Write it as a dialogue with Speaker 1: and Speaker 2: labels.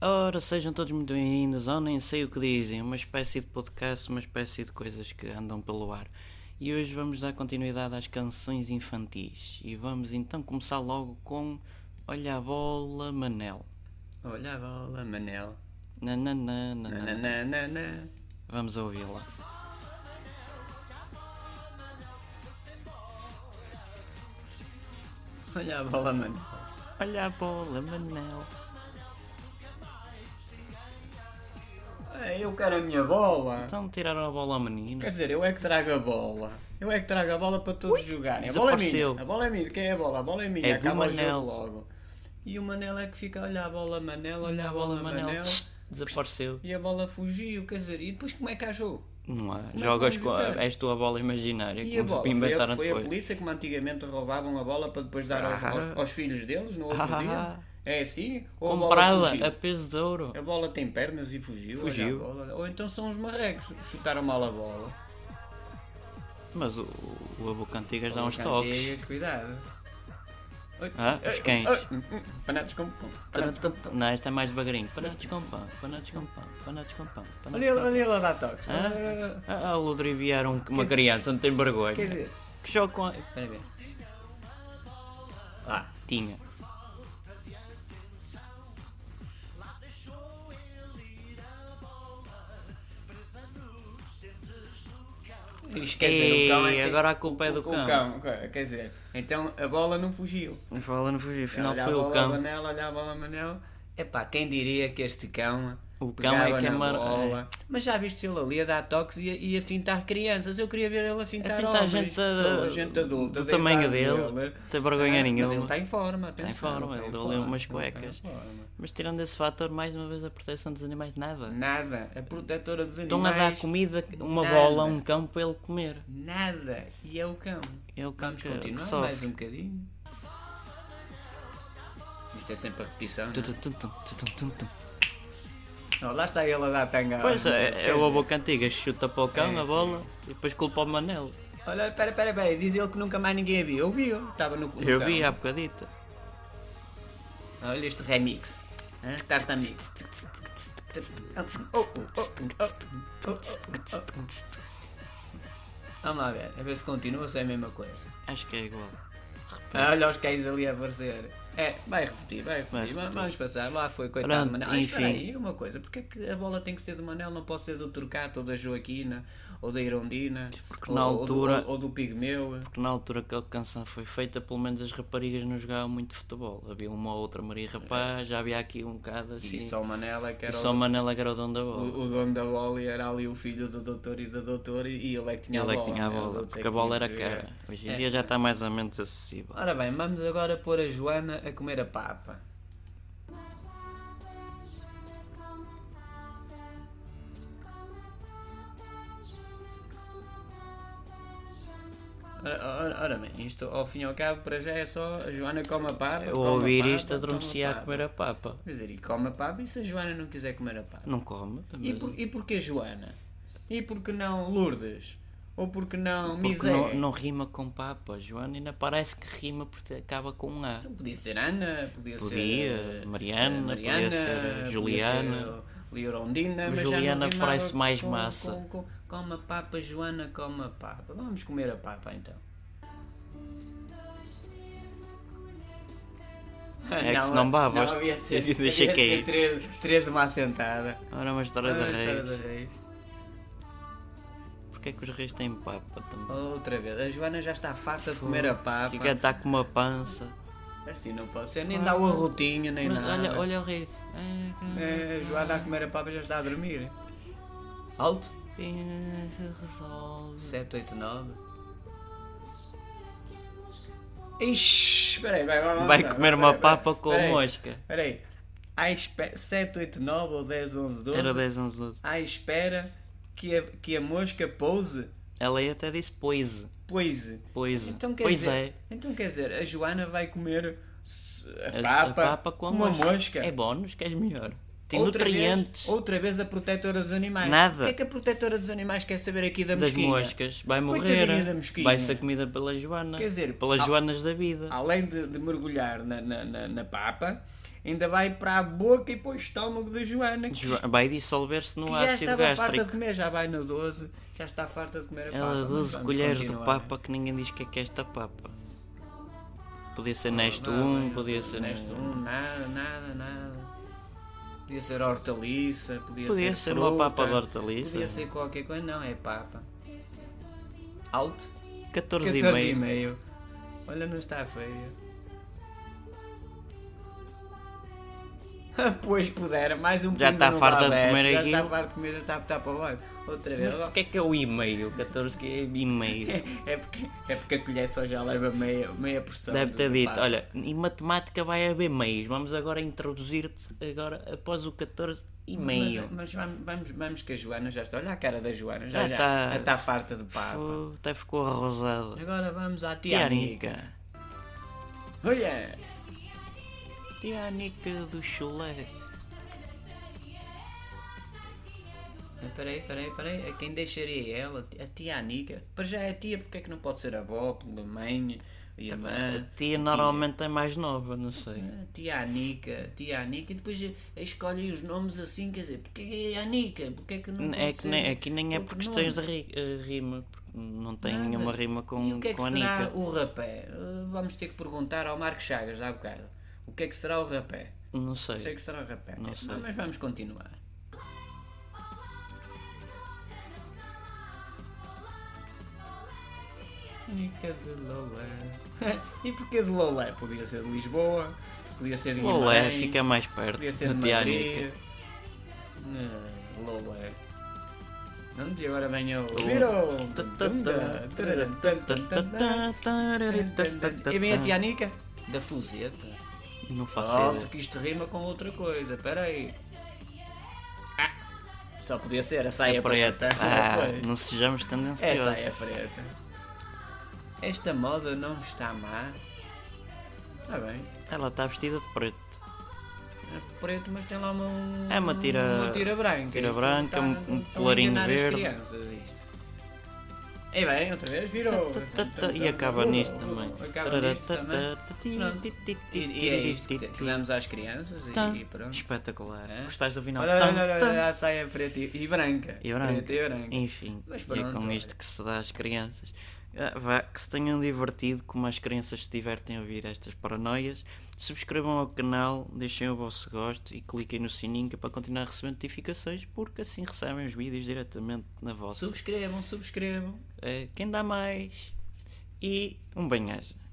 Speaker 1: Ora, sejam todos muito bem-vindos ao Nem Sei O Que Dizem, uma espécie de podcast, uma espécie de coisas que andam pelo ar. E hoje vamos dar continuidade às canções infantis. E vamos então começar logo com Olha a Bola Manel.
Speaker 2: Olha a bola, Manel.
Speaker 1: Nananã, nananã.
Speaker 2: Nananana.
Speaker 1: Vamos ouvi-la.
Speaker 2: Olha a bola, Manel.
Speaker 1: Olha a Bola Manel.
Speaker 2: Ei, Eu quero a minha bola.
Speaker 1: Então tiraram a bola ao menino.
Speaker 2: Quer dizer, eu é que trago a bola. Eu é que trago a bola para todos jogarem. A bola é
Speaker 1: desapareceu.
Speaker 2: minha. A bola é minha. De Quem é a bola? A bola é minha.
Speaker 1: É do
Speaker 2: Acaba o
Speaker 1: Manel.
Speaker 2: jogo logo. E o Manel é que fica, olha a bola, Manel, olha a bola, Manel.
Speaker 1: Desapareceu.
Speaker 2: E a bola fugiu, quer dizer, e depois como é que há jogo?
Speaker 1: Não há. Jogas
Speaker 2: vamos
Speaker 1: com a,
Speaker 2: jogar.
Speaker 1: és tu a bola imaginária
Speaker 2: E a bola?
Speaker 1: que
Speaker 2: Foi
Speaker 1: É inventaram
Speaker 2: a, foi a
Speaker 1: depois.
Speaker 2: polícia que antigamente roubavam a bola para depois dar aos,
Speaker 1: Ah.
Speaker 2: aos- aos filhos deles no outro
Speaker 1: Ah.
Speaker 2: dia? É assim? Ou a bola fugiu?
Speaker 1: Comprá-la a peso de ouro.
Speaker 2: A bola tem pernas e fugiu. olha
Speaker 1: Fugiu.
Speaker 2: a bola. Ou então são os marrecos, chutaram mal a bola.
Speaker 1: Mas o, o Abocantigas dá uns
Speaker 2: Cantigas,
Speaker 1: toques.
Speaker 2: Cuidado. Oi,
Speaker 1: Ah,
Speaker 2: oi,
Speaker 1: os cães.
Speaker 2: oi, hum, hum, Panados com pão. Panados com pão.
Speaker 1: Não, esta é mais devagarinho. Panados com pão, panados com pão, panados com pão. panados
Speaker 2: Olha ele,
Speaker 1: com pão.
Speaker 2: olha ele a dar toques.
Speaker 1: Ah, Ah, ah, ludriviar um- uma criança, não tem vergonha.
Speaker 2: Quer dizer,
Speaker 1: Que jogo com a...
Speaker 2: espera bem. Ah,
Speaker 1: Tinha.
Speaker 2: esquece o cão. é
Speaker 1: Ei,
Speaker 2: que-
Speaker 1: agora a culpa é do
Speaker 2: o cão.
Speaker 1: cão.
Speaker 2: Quer dizer, então a bola não fugiu.
Speaker 1: Não fala, não fugiu. Afinal
Speaker 2: Olha
Speaker 1: foi
Speaker 2: a
Speaker 1: o
Speaker 2: bola,
Speaker 1: cão.
Speaker 2: Manel, olha a bola, Manel. Epá, quem diria que este cão.
Speaker 1: O cão é
Speaker 2: pegava
Speaker 1: que é
Speaker 2: na
Speaker 1: mar-
Speaker 2: bola. Mas já viste ele ali a dar toques e a, e a fintar crianças. Eu queria ver ele a fintar,
Speaker 1: fintar
Speaker 2: homens,
Speaker 1: gente da-
Speaker 2: pessoas, gente adulta.
Speaker 1: do
Speaker 2: da
Speaker 1: tamanho
Speaker 2: idade
Speaker 1: dele. Tem vergonha
Speaker 2: Ah, Mas
Speaker 1: nenhuma. Tá
Speaker 2: ele está em forma. tá Está
Speaker 1: em forma, ele deu ali umas cuecas. Mas tirando esse fator, mais uma vez a proteção dos animais, nada.
Speaker 2: Nada. A protetora dos
Speaker 1: Estão a
Speaker 2: animais.
Speaker 1: dar comida, uma
Speaker 2: nada.
Speaker 1: bola a um cão para ele comer.
Speaker 2: Nada. E é o cão.
Speaker 1: É o cão
Speaker 2: Vamos
Speaker 1: que-
Speaker 2: continuar
Speaker 1: que sofre.
Speaker 2: mais um bocadinho. Isto é sempre a repetição. não é?
Speaker 1: Tu, tu, tu, tu, tu, tu, tu.
Speaker 2: Não, lá está ele a dar tanga.
Speaker 1: Pois é, é o
Speaker 2: avô.
Speaker 1: Abocantigas chuta para o
Speaker 2: É,
Speaker 1: cão a bola e depois culpa o Manel.
Speaker 2: Olha, pera, pera, pera, diz ele que nunca mais ninguém a viu. Eu vi, eu estava no no
Speaker 1: Eu vi há
Speaker 2: carro.
Speaker 1: bocadito.
Speaker 2: Olha este remix.
Speaker 1: É?
Speaker 2: Hã? Tarta Mix. Oh, oh, oh, oh, oh, oh. Vamos lá ver, a ver se continua ou se é a mesma coisa.
Speaker 1: Acho que é igual.
Speaker 2: Ah, Olha os cães ali a aparecer. É, vai repetir, vai repetir.
Speaker 1: Vai repetir.
Speaker 2: Va- Vamos passar, lá foi, coitado
Speaker 1: Pronto,
Speaker 2: do Manel. Ah, espera
Speaker 1: enfim.
Speaker 2: aí, uma coisa, porque é que a bola tem que ser do Manel, não pode ser do Turcato, ou da Joaquina, ou da Irondina,
Speaker 1: Porque
Speaker 2: ou,
Speaker 1: na
Speaker 2: ou do-
Speaker 1: altura-
Speaker 2: ou, ou do Pigmeu.
Speaker 1: Porque na altura que a canção foi feita, pelo menos as raparigas não jogavam muito futebol. Havia uma ou outra Maria Rapaz, já havia aqui um bocado assim.
Speaker 2: E só o Manel é que
Speaker 1: E
Speaker 2: era
Speaker 1: só
Speaker 2: o,
Speaker 1: Manela que era o dono da bola.
Speaker 2: o, o dono da bola e era ali o filho do doutor e da doutora e, e ele é que tinha
Speaker 1: Ele
Speaker 2: a
Speaker 1: é
Speaker 2: bola.
Speaker 1: que tinha a
Speaker 2: né? Os
Speaker 1: bola,
Speaker 2: outros é
Speaker 1: porque
Speaker 2: que
Speaker 1: a bola
Speaker 2: tinham
Speaker 1: era
Speaker 2: que jogar.
Speaker 1: cara. Hoje em dia já está mais ou menos acessível.
Speaker 2: Ora bem, vamos agora pôr a Joana a comer a papa. Ora, ora, ora bem, isto ao fim e ao cabo para já é só a Joana come a papa.
Speaker 1: Eu
Speaker 2: come a
Speaker 1: ouvir
Speaker 2: papa,
Speaker 1: isto adormecia a comer a papa.
Speaker 2: Quer dizer, e come a papa e se a Joana não quiser comer a papa?
Speaker 1: Não come,
Speaker 2: E,
Speaker 1: mas
Speaker 2: por, e porquê Joana? E porque não Lourdes? Ou porque não
Speaker 1: porque
Speaker 2: Miséria?
Speaker 1: não, não rima com papa. Joana ainda parece que rima porque acaba com um A.
Speaker 2: Então Podia ser Ana, podia,
Speaker 1: Podia,
Speaker 2: ser eh,
Speaker 1: Mariana, podia ser Juliana.
Speaker 2: podia ser Leorondina, mas já não
Speaker 1: Juliana
Speaker 2: rimava
Speaker 1: parece mais
Speaker 2: com-
Speaker 1: massa.
Speaker 2: Com, com, coma papa, Joana, coma papa. Vamos comer a papa então.
Speaker 1: É que se não baba,
Speaker 2: não,
Speaker 1: isto-
Speaker 2: havia de ser,
Speaker 1: deixa
Speaker 2: havia de ser
Speaker 1: cair.
Speaker 2: três, três de uma assentada.
Speaker 1: Ora, é uma história da
Speaker 2: Ah, história
Speaker 1: reis.
Speaker 2: da Reis.
Speaker 1: Porquê é que os reis têm papa também?
Speaker 2: Outra vez, a Joana já está farta de comer a papa.
Speaker 1: Fica está com uma pança.
Speaker 2: Assim não pode ser, nem dá o arrotinho, nem
Speaker 1: Mas
Speaker 2: nada.
Speaker 1: olha, olha o rei. Ah, cara.
Speaker 2: É, Joana a comer a papa já está a dormir. Hum. Alto.
Speaker 1: E se resolve.
Speaker 2: 789. Ixi, peraí, vai, vai, vai,
Speaker 1: Vai
Speaker 2: vai,
Speaker 1: comer
Speaker 2: vai,
Speaker 1: uma
Speaker 2: vai,
Speaker 1: papa com
Speaker 2: peraí,
Speaker 1: mosca.
Speaker 2: Peraí. À espera. 789 ou 1011, 12.
Speaker 1: Era 10, 11, 12.
Speaker 2: À espera que a, que a mosca pouse.
Speaker 1: Ela aí até disse pois.
Speaker 2: Pois.
Speaker 1: Pois.
Speaker 2: Então quer
Speaker 1: pois
Speaker 2: dizer.
Speaker 1: é.
Speaker 2: Então quer dizer, a Joana vai comer s- a
Speaker 1: é. A-
Speaker 2: papa,
Speaker 1: a papa com a
Speaker 2: uma
Speaker 1: mosca.
Speaker 2: mosca.
Speaker 1: É bónus, queres melhor. Tem
Speaker 2: Outra
Speaker 1: nutrientes
Speaker 2: Vez, outra vez a protetora dos animais.
Speaker 1: Nada.
Speaker 2: O que é que a protetora dos animais quer saber aqui da
Speaker 1: das
Speaker 2: mosquinha?
Speaker 1: moscas. Vai
Speaker 2: Coitadinha
Speaker 1: morrer.
Speaker 2: da mosquinha.
Speaker 1: Vai ser comida pela Joana.
Speaker 2: Quer dizer,
Speaker 1: pelas
Speaker 2: há-
Speaker 1: Joanas da vida.
Speaker 2: Além de, de mergulhar na, na, na- na papa, ainda vai para a boca e para o estômago da Joana, que,
Speaker 1: Jo- Vai dissolver-se no
Speaker 2: que já
Speaker 1: ácido
Speaker 2: estava farta de
Speaker 1: gástrico.
Speaker 2: comer, já vai na 12, já está farta de comer a papa.
Speaker 1: Ela
Speaker 2: mas
Speaker 1: 12
Speaker 2: vamos
Speaker 1: colheres de
Speaker 2: continuar.
Speaker 1: papa que ninguém diz que é que é esta papa. Podia ser neste
Speaker 2: Ah, Não,
Speaker 1: um,
Speaker 2: mas
Speaker 1: podia ser
Speaker 2: Neste
Speaker 1: neste
Speaker 2: um, nada, nada, nada. Podia ser hortaliça, podia,
Speaker 1: Podia
Speaker 2: ser
Speaker 1: ser uma
Speaker 2: fruta,
Speaker 1: papa de hortaliça.
Speaker 2: Podia ser qualquer coisa, não, é papa. Alto?
Speaker 1: 14 e
Speaker 2: 14,5.
Speaker 1: meio.
Speaker 2: Olha, não está feio. Ah, pois pudera, mais um
Speaker 1: Já
Speaker 2: pingo
Speaker 1: está
Speaker 2: no
Speaker 1: farta de
Speaker 2: babete,
Speaker 1: comer
Speaker 2: Já
Speaker 1: aqui.
Speaker 2: está farta de comer, já está a botar para baixo. Outra vez. ó.
Speaker 1: Porquê é que é o e-mail? 14 que é e-mail.
Speaker 2: É porque, é porque a colher só já leva meia, meia porção.
Speaker 1: Deve
Speaker 2: de
Speaker 1: ter dito,
Speaker 2: papa.
Speaker 1: olha, em matemática vai haver meios. Vamos agora introduzir-te agora após o 14 e meio.
Speaker 2: Mas, mas vamos, vamos, vamos que a Joana já está. Olha a cara da Joana, já
Speaker 1: Já tá
Speaker 2: já
Speaker 1: está.
Speaker 2: já está farta de papa.
Speaker 1: Fô, Até ficou arrosada.
Speaker 2: Agora vamos à tia Oh, Anica.
Speaker 1: Tianica.
Speaker 2: Olha!
Speaker 1: Tianica do chulé.
Speaker 2: Peraí, peraí, peraí. A quem deixaria é ela? A tia Anica? Para já é tia, porque é que não pode ser avó, pela mãe, irmã?
Speaker 1: A tia normalmente é mais nova, não sei.
Speaker 2: A Tia Anica, tia Anica, e depois escolhem os nomes assim, quer dizer, porque é Anica, porque é que não
Speaker 1: É
Speaker 2: pode
Speaker 1: que
Speaker 2: ser
Speaker 1: nem, aqui nem é
Speaker 2: outro
Speaker 1: por questões de
Speaker 2: nome?
Speaker 1: ri- eh, rima, porque não tem
Speaker 2: Nada.
Speaker 1: nenhuma rima com,
Speaker 2: E o que é que
Speaker 1: com a
Speaker 2: será
Speaker 1: Nica.
Speaker 2: o rapé? Uh, Vamos ter que perguntar ao Marco Chagas há bocado. O que é que será o rapé?
Speaker 1: Não
Speaker 2: Não sei o
Speaker 1: sei.
Speaker 2: que será o rapé.
Speaker 1: Não
Speaker 2: Mas-
Speaker 1: sei.
Speaker 2: Mas vamos continuar. Nica de Lolé. e porquê de Lolé? Podia ser de Lisboa, podia ser de
Speaker 1: Lolé
Speaker 2: Guimarães,
Speaker 1: é, fica mais perto
Speaker 2: é podia ser
Speaker 1: da
Speaker 2: de Madrid.
Speaker 1: Tianica.
Speaker 2: Ah, Lolé. Vamos e agora venha o...
Speaker 1: Oh.
Speaker 2: E vem a Tianica da Fuseta.
Speaker 1: Não faço
Speaker 2: Pronto,
Speaker 1: ideia.
Speaker 2: que Ah, isto rima com outra coisa, peraí. Ah, só podia ser a saia preta.
Speaker 1: É Ah,
Speaker 2: Não foi?
Speaker 1: não sejamos
Speaker 2: é a
Speaker 1: tendenciosos.
Speaker 2: saia preta. Esta moda não está má. Está bem.
Speaker 1: Ela está vestida de preto.
Speaker 2: É preto, mas tem lá uma, um,
Speaker 1: É uma tira-
Speaker 2: uma tira branca.
Speaker 1: tira
Speaker 2: Isto
Speaker 1: branca,
Speaker 2: está-
Speaker 1: um- um
Speaker 2: estão a
Speaker 1: colarinho
Speaker 2: enganar as
Speaker 1: verde.
Speaker 2: crianças, isto. E bem, outra vez virou. uh,
Speaker 1: E acaba nisto também.
Speaker 2: Acaba nisto também. Pronto. E, e é isto que, que
Speaker 1: também.
Speaker 2: damos às crianças e-
Speaker 1: Tá.
Speaker 2: e pronto.
Speaker 1: Espetacular.
Speaker 2: É?
Speaker 1: Gostaste do final?
Speaker 2: Olha,
Speaker 1: Tan,
Speaker 2: olha, olha,
Speaker 1: tan.
Speaker 2: olha, a saia preta e, e branca.
Speaker 1: E branca.
Speaker 2: Preta e branca.
Speaker 1: Enfim,
Speaker 2: Mas
Speaker 1: e é com
Speaker 2: pronto, olha.
Speaker 1: isto que se dá às crianças. Ah, Vá, que se tenham divertido, como as crianças se divertem a ouvir estas paranoias. Subscrevam ao canal, deixem o vosso gosto e cliquem no sininho que é para continuar recebendo notificações, porque assim recebem os vídeos diretamente na vossa.
Speaker 2: Subscrevam, subscrevam.
Speaker 1: Eh, quem dá mais? E um banhagem.